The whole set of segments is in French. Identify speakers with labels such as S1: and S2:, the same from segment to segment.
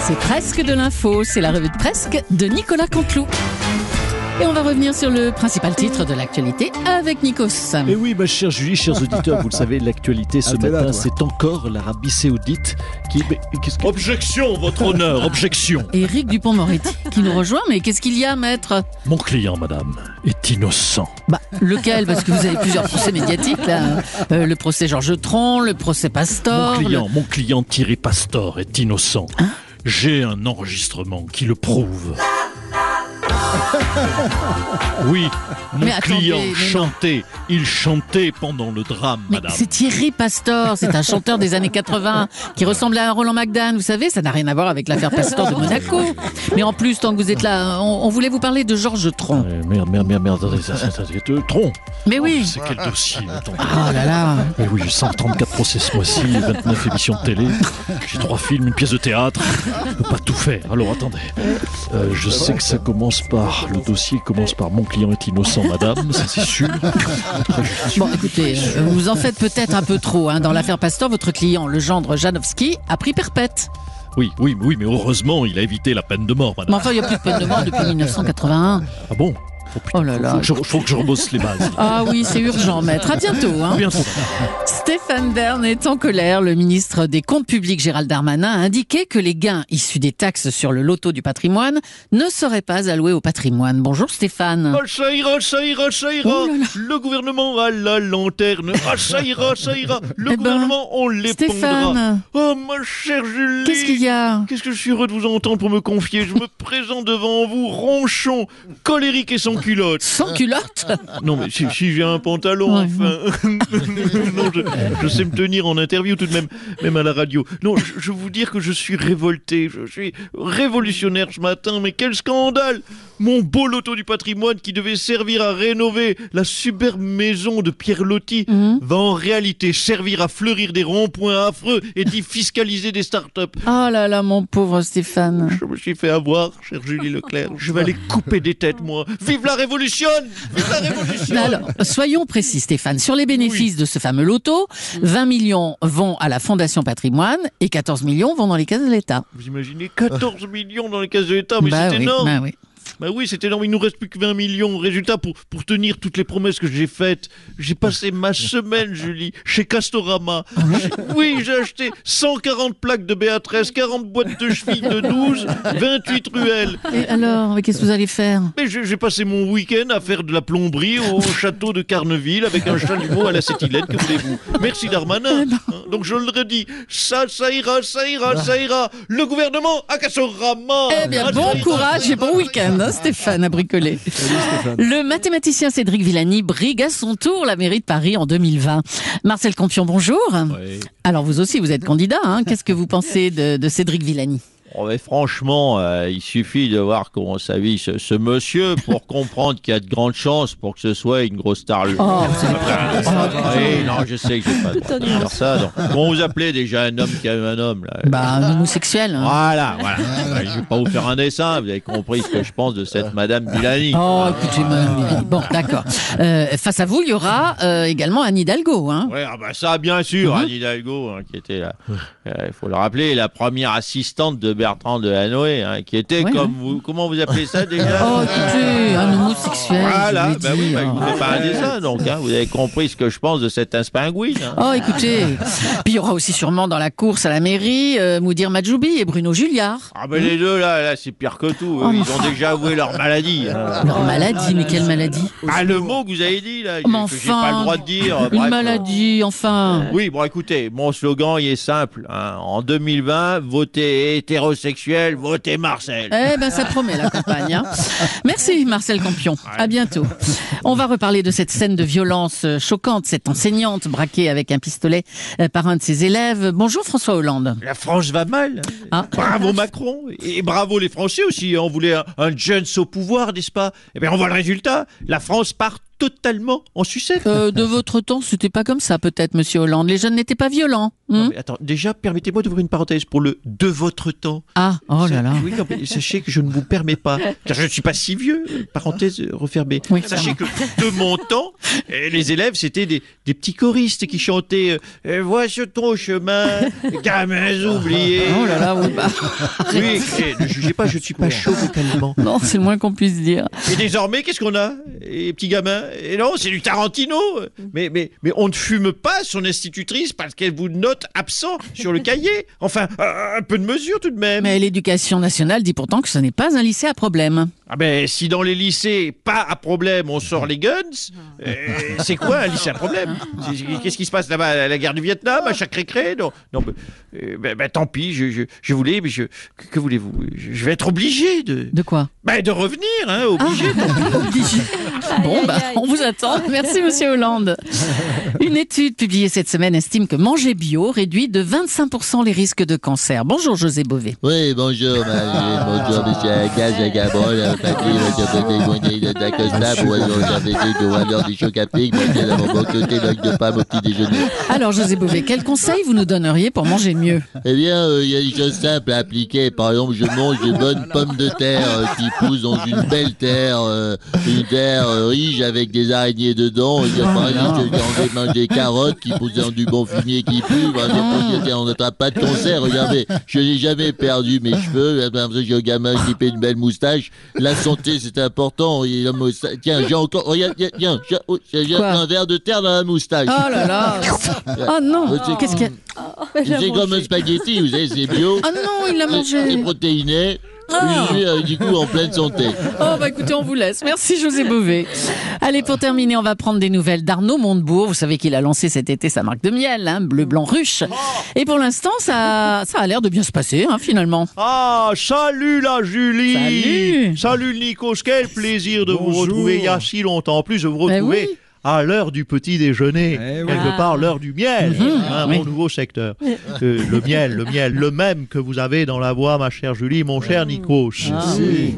S1: C'est presque de l'info, c'est la revue de presque de Nicolas Canteloup. Et on va revenir sur le principal titre de l'actualité avec Nikos.
S2: Et oui, ma chère Julie, chers auditeurs, vous le savez, l'actualité ce
S3: Ah, t'es là,
S2: matin,
S3: toi.
S2: c'est encore l'Arabie Saoudite qui. mais qu'est-ce que-
S4: Objection, votre honneur, objection.
S1: Éric Dupont-Moretti qui nous rejoint, mais qu'est-ce qu'il y a, maître
S4: Mon client, madame, est innocent.
S1: Bah, lequel Parce que vous avez plusieurs procès médiatiques, là. Euh, le procès Georges Tron, le procès Pastor.
S4: Mon
S1: le-
S4: client, mon client Thierry Pastor est innocent. J'ai un enregistrement qui le prouve. Oui, mon
S1: Mais attendez,
S4: client
S1: mais non.
S4: chantait. Il chantait pendant le drame,
S1: Mais
S4: madame.
S1: c'est Thierry Pastor, c'est un chanteur des années 80 qui ressemble à un Roland McDan, vous savez, ça n'a rien à voir avec l'affaire Pastor de Monaco. Mais en plus, tant que vous êtes là, on, on voulait vous parler de Georges Tron.
S4: Euh, merde, merde, merde, merde, attendez, ça, ça, ça, c'est, euh, Tron
S1: Mais oui
S4: Oh, C'est quel dossier attendez.
S1: Oh là là
S4: Mais Eh oui, j'ai 134 procès ce mois-ci, 29 émissions de télé, j'ai trois films, une pièce de théâtre. Je peux pas tout faire. Alors attendez. Euh, je sais que ça commence par. Le dossier commence par Mon client est innocent, madame, ça c'est sûr.
S1: Bon, écoutez, euh, vous en faites peut-être un peu trop. Hein. Dans l'affaire Pastor, votre client, le gendre Janowski, a pris perpète.
S4: Oui, oui, oui, mais heureusement, il a évité la peine de mort,
S1: Mais
S4: madame.
S1: enfin, il n'y a plus de peine de mort depuis 1981.
S4: Ah bon
S1: Oh là là.
S4: Je, faut que je rebosse les bases.
S1: Ah oui, c'est urgent, maître. À bientôt. Hein.
S4: À bientôt.
S1: Stéphane Bern est en colère. Le ministre des Comptes publics, Gérald Darmanin, a indiqué que les gains issus des taxes sur le loto du patrimoine ne seraient pas alloués au patrimoine. Bonjour Stéphane.
S4: Ah, ça ira, ça ira, ça ira.
S1: Oh là là.
S4: Le gouvernement à la lanterne. Ah, ça ira, ça ira. Le
S1: Eh ben,
S4: gouvernement, on l'épandra.
S1: Stéphane,
S4: Oh, ma chère Julie.
S1: qu'est-ce qu'il y a
S4: Qu'est-ce que je suis heureux de vous entendre pour me confier. Je me présente devant vous, ronchon, colérique et sans culotte.
S1: Sans culotte
S4: Non, mais si, si j'ai un pantalon,
S1: Ouais.
S4: enfin. non, je, je sais me tenir en interview tout de même, même à la radio. Non, je, je vous dire que je suis révolté. Je suis révolutionnaire ce matin, mais quel scandale Mon beau loto du patrimoine qui devait servir à rénover la superbe maison de Pierre Lotti va en réalité servir à fleurir des ronds-points affreux et d'y fiscaliser des start-up.
S1: Oh là là, mon pauvre Stéphane.
S4: Je me suis fait avoir, chère Julie Leclerc. Je vais aller couper des têtes, moi. Vive la révolution Vive la révolution
S1: Alors, soyons précis, Stéphane. Sur les bénéfices de ce fameux loto, 20 millions vont à la Fondation Patrimoine et 14 millions vont dans les caisses de l'État.
S4: Vous imaginez 14 millions dans les caisses de l'État, Ah, mais
S1: Bah
S4: c'est
S1: oui,
S4: énorme
S1: bah oui.
S4: Bah oui, c'est énorme, il nous reste plus que 20 millions. Résultat, pour, pour tenir toutes les promesses que j'ai faites, j'ai passé ma semaine, Julie, chez Castorama. J'ai- Oui, j'ai acheté 140 plaques de Béatrice, 40 boîtes de chevilles de 12, 28 ruelles.
S1: Et alors, mais qu'est-ce que vous allez faire
S4: Mais j'ai j'ai passé mon week-end à faire de la plomberie au château de Carneville avec un chalumeau à l'acétylène, que voulez-vous Merci
S1: Eh
S4: Darmanin. Hein, Donc je le redis, ça, ça ira, ça ira, ça ira. Le gouvernement à Cassorama.
S1: Bah. Eh bien, bon courage et bon week-end, hein, Stéphane, à bricoler. Le mathématicien Cédric Villani brigue à son tour la mairie de Paris en 2020. Marcel Campion, bonjour. Alors, vous aussi, vous êtes candidat. hein. Qu'est-ce que vous pensez de, de Cédric Villani
S5: Oh, mais franchement, euh, il suffit de voir comment s'habille ce, ce monsieur pour comprendre qu'il y a de grandes chances pour que ce soit une grosse tarlue.
S1: Oh, vous savez-
S5: oui, non, je sais que j'ai pas le droit de faire ça. donc. Comment vous appelez déjà un homme qui aime un homme là
S1: bah, homosexuel. hein.
S5: Voilà, voilà. Ouais, Je vais pas vous faire un dessin, vous avez compris ce que je pense de cette Madame Bilani.
S1: Oh, écoutez, madame Villani. bon, d'accord. Euh, face à vous, il y aura euh, également Anne Hidalgo. Hein.
S5: Ouais, ah bah ça, bien sûr,
S1: Mm-hmm.
S5: Anne Hidalgo, hein, qui était, la- euh, il faut le rappeler, la première assistante de Bertrand de Hanoé, hein, qui était
S1: Ouais,
S5: comme vous, comment vous appelez ça déjà euh,
S1: Oh, écoutez, un homosexuel. je
S5: Voilà,
S1: vous l'ai
S5: bah
S1: dit,
S5: oui, bah,
S1: hein.
S5: vous n'avez pas un dessin, donc, hein, vous avez compris ce que je pense de cette inspingouine. hein.
S1: Oh, écoutez. Puis il y aura aussi sûrement dans la course à la mairie euh, Moudir Majoubi et Bruno Julliard.
S5: Ah ben les deux là, là c'est pire que tout.
S1: Oh,
S5: Eux,
S1: mais-
S5: ils ont déjà avoué leur maladie. hein.
S1: Leur maladie, mais quelle maladie
S5: Ah le mot que vous avez dit là, que
S1: Mais
S5: j'ai pas
S1: enfin,
S5: le droit de dire.
S1: Une
S5: Ah, bref. euh,
S1: maladie, enfin
S5: Oui, bon écoutez, mon slogan il est simple. hein. En 2020, votez hétéro hétérosexuels, votez Marcel.
S1: Eh ben, ça promet la campagne. hein. Merci Marcel Campion. À bientôt. On va reparler de cette scène de violence euh, choquante, cette enseignante braquée avec un pistolet euh, par un de ses élèves. Bonjour François Hollande.
S5: La France va mal.
S1: Ah.
S5: Bravo Macron et bravo les Français aussi. hein. On voulait un, un Jones au pouvoir, n'est-ce pas Eh bien, on voit le résultat. La France part totalement en sucette.
S1: Euh, de votre temps, c'était pas comme ça peut-être, Monsieur Hollande. Les jeunes n'étaient pas violents.
S5: Non,
S1: hmm
S5: mais attends, déjà, permettez-moi d'ouvrir une parenthèse pour le de votre temps.
S1: ah, oh là
S5: Ça-
S1: là.
S5: Oui, non, mais sachez que je ne vous permets pas, car je ne suis pas si vieux. euh, Parenthèse euh, refermée.
S1: Oui,
S5: sachez que de mon temps, euh, les élèves c'était des, des petits choristes qui chantaient euh, Euh, Vois sur ton chemin, gamins oubliés.
S1: Oh là là, oui, bah,
S5: Oui, et ne jugez pas, je ne suis pas chaud vocalement.
S1: non, c'est le moins qu'on puisse dire.
S5: Et désormais, qu'est-ce qu'on a Et petits gamins Et non, c'est du Tarantino mais, mais, mais on ne fume pas son institutrice parce qu'elle vous note absent sur le cahier. Enfin, euh, un peu de mesure tout de même.
S1: Mais l'éducation nationale dit pourtant que ce n'est pas un lycée à problème.
S5: Ah ben, si dans les lycées, pas à problème, on sort les guns, euh, c'est quoi un lycée à problème C'est- c'est- Qu'est-ce qui se passe là-bas à La guerre du Vietnam, à chaque récré Non, non ben, euh, ben- ben, tant pis, je, je, je voulais, mais je, que, que voulez-vous je, je vais être obligé de,
S1: De quoi
S5: ben, de revenir, hein, obligé. tant pis.
S1: Bon, bah, on vous attend. Merci, Monsieur Hollande. Une étude publiée cette semaine estime que manger bio réduit de 25% les risques de cancer. Bonjour, José Bové.
S3: Oui, bonjour, Marie, bonjour, monsieur Gaz, Gabon, le papier, le café, bonnet, le dacosta, boisson, café, de Waller, du chocapic, monsieur, la bonbon, côté, l'œil de femme au petit déjeuner.
S1: Alors, José Bové, quel conseil vous nous donneriez pour manger mieux
S3: Eh bien, euh, il y a des choses simples à appliquer. Par exemple, je mange des bonnes pommes de terre euh, qui poussent dans une belle terre, euh, une terre euh, riche avec des araignées dedans. Il y a par exemple,
S1: Ah.
S3: j'ai envie de manger des carottes qui poussent dans du bon fumier qui pue. Vraiment, je veux dire, on n'attrape pas de cancer. Regardez, je n'ai jamais perdu mes cheveux. J'ai l'impression que J'ai un gamin qui fait une belle moustache. La santé, c'est important. Il a une moustache. Tiens, j'ai encore... Regarde, tiens, tiens, j'ai- oh, j'ai
S1: Quoi
S3: un verre de terre dans la moustache.
S1: Oh là là Oh non
S3: C'est-
S1: Qu'est-ce qu'il y a
S3: C'est comme un spaghetti, vous savez, c'est bio.
S1: Oh non, il l'a
S3: C'est
S1: mangé
S3: protéiné.
S1: Ah.
S3: Je suis euh, du coup en pleine santé.
S1: Oh bah écoutez, on vous laisse. Merci José Bové. Allez, pour terminer, on va prendre des nouvelles d'Arnaud Montebourg. Vous savez qu'il a lancé cet été sa marque de miel, hein, bleu, blanc, ruche. Et pour l'instant, ça, ça a l'air de bien se passer, hein, finalement.
S4: Ah, salut la Julie
S1: Salut.
S4: le Nikos, quel plaisir de vous
S6: Bonjour.
S4: retrouver il y a si longtemps. En plus, je vous
S1: Ben
S4: retrouvais
S1: oui.
S4: à l'heure du petit déjeuner,
S6: Eh oui.
S4: quelque
S1: Ah.
S4: part l'heure du miel,
S1: Mhm.
S4: hein,
S1: Oui.
S4: mon nouveau secteur. Euh, le miel, le miel, le même que vous avez dans la voix, ma chère Julie, mon cher Nikos.
S1: Ah.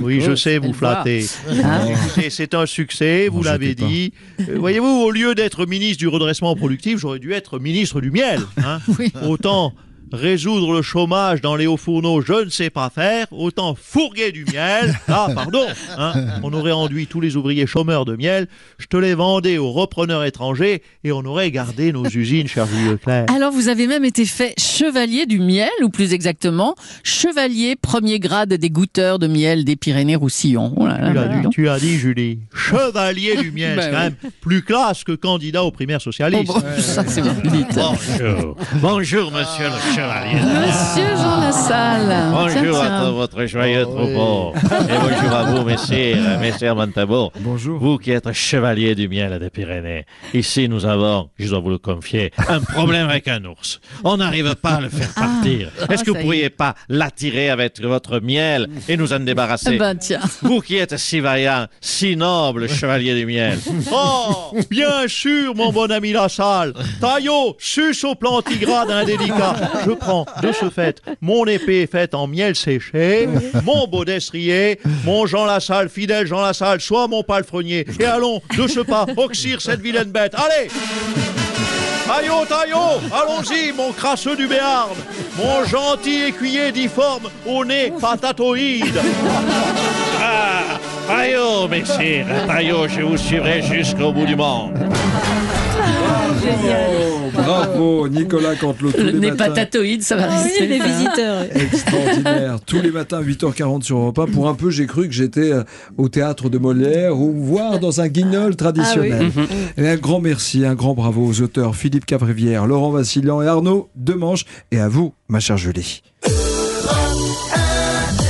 S4: Oui, je sais vous
S1: Elle voit.
S4: flatter.
S1: Hein
S4: Écoutez, c'est un succès, vous
S6: N'en
S4: l'avez
S6: jetez pas.
S4: dit. Euh, Voyez-vous, au lieu d'être ministre du redressement productif, j'aurais dû être ministre du miel. hein.
S1: Oui.
S4: Autant résoudre le chômage dans les hauts fourneaux, je ne sais pas faire. Autant fourguer du miel. Ah, pardon. hein. On aurait enduit tous les ouvriers chômeurs de miel. Je te les vendais aux repreneurs étrangers et on aurait gardé nos usines, cher Jules Leclerc.
S1: Alors, vous avez même été fait chevalier du miel, ou plus exactement, chevalier premier grade des goûteurs de miel des Pyrénées-Roussillon. Oh là là,
S4: Tu l'as
S1: dis
S4: dit,
S1: donc.
S4: tu l'as dit, Julie. Chevalier du miel,
S1: Ben
S4: c'est quand
S1: oui.
S4: même plus classe que candidat aux primaires socialistes.
S1: Oh, bon, ça, c'est vous dites.
S5: Bonjour. Bonjour, monsieur le chevalier.
S1: Monsieur Jean Lassalle. Tiens,
S5: Bonjour
S1: tiens.
S5: à tout votre joyeux troupeau. Et bonjour à vous, messieurs, messieurs Montabo.
S6: Bonjour.
S5: Vous qui êtes chevalier du miel des Pyrénées. Ici, nous avons, je dois vous le confier, un problème avec un ours. On n'arrive pas à le faire partir. Est-ce
S1: Ah,
S5: que
S1: ça
S5: vous
S1: y
S5: pourriez pas l'attirer avec votre miel et nous en débarrasser?
S1: Ben tiens,
S5: Vous qui êtes si vaillant, si noble chevalier du miel.
S4: Oh, bien sûr, mon bon ami Lassalle. Taillot, suce au plantigrade indélicat. Je prends, de ce fait, mon épée faite en miel séché, mon beau destrier, mon Jean Lassalle, fidèle Jean Lassalle, soit mon palefrenier. Et allons, de ce pas, oxyre cette vilaine bête. Allez Taillot, taillot, allons-y, mon crasseux du Béarn, mon gentil écuyer difforme au nez patatoïde.
S5: Ah, Taillot, messieurs, taillot, oh, je vous suivrai jusqu'au bout du monde.
S6: Oh, bravo, Nicolas Cantelot. Tous
S1: le
S6: les
S1: nez
S6: matins.
S1: patatoïde, ça va rester.
S7: les visiteurs.
S6: Extraordinaire. Tous les matins, 8h40 sur Europe 1. Pour un peu, j'ai cru que j'étais euh, au théâtre de Molière ou voire dans un guignol traditionnel. Et un grand merci, un grand bravo aux auteurs Philippe Caprivière, Laurent Vassilian et Arnaud Demanche. Et à vous, ma chère Julie.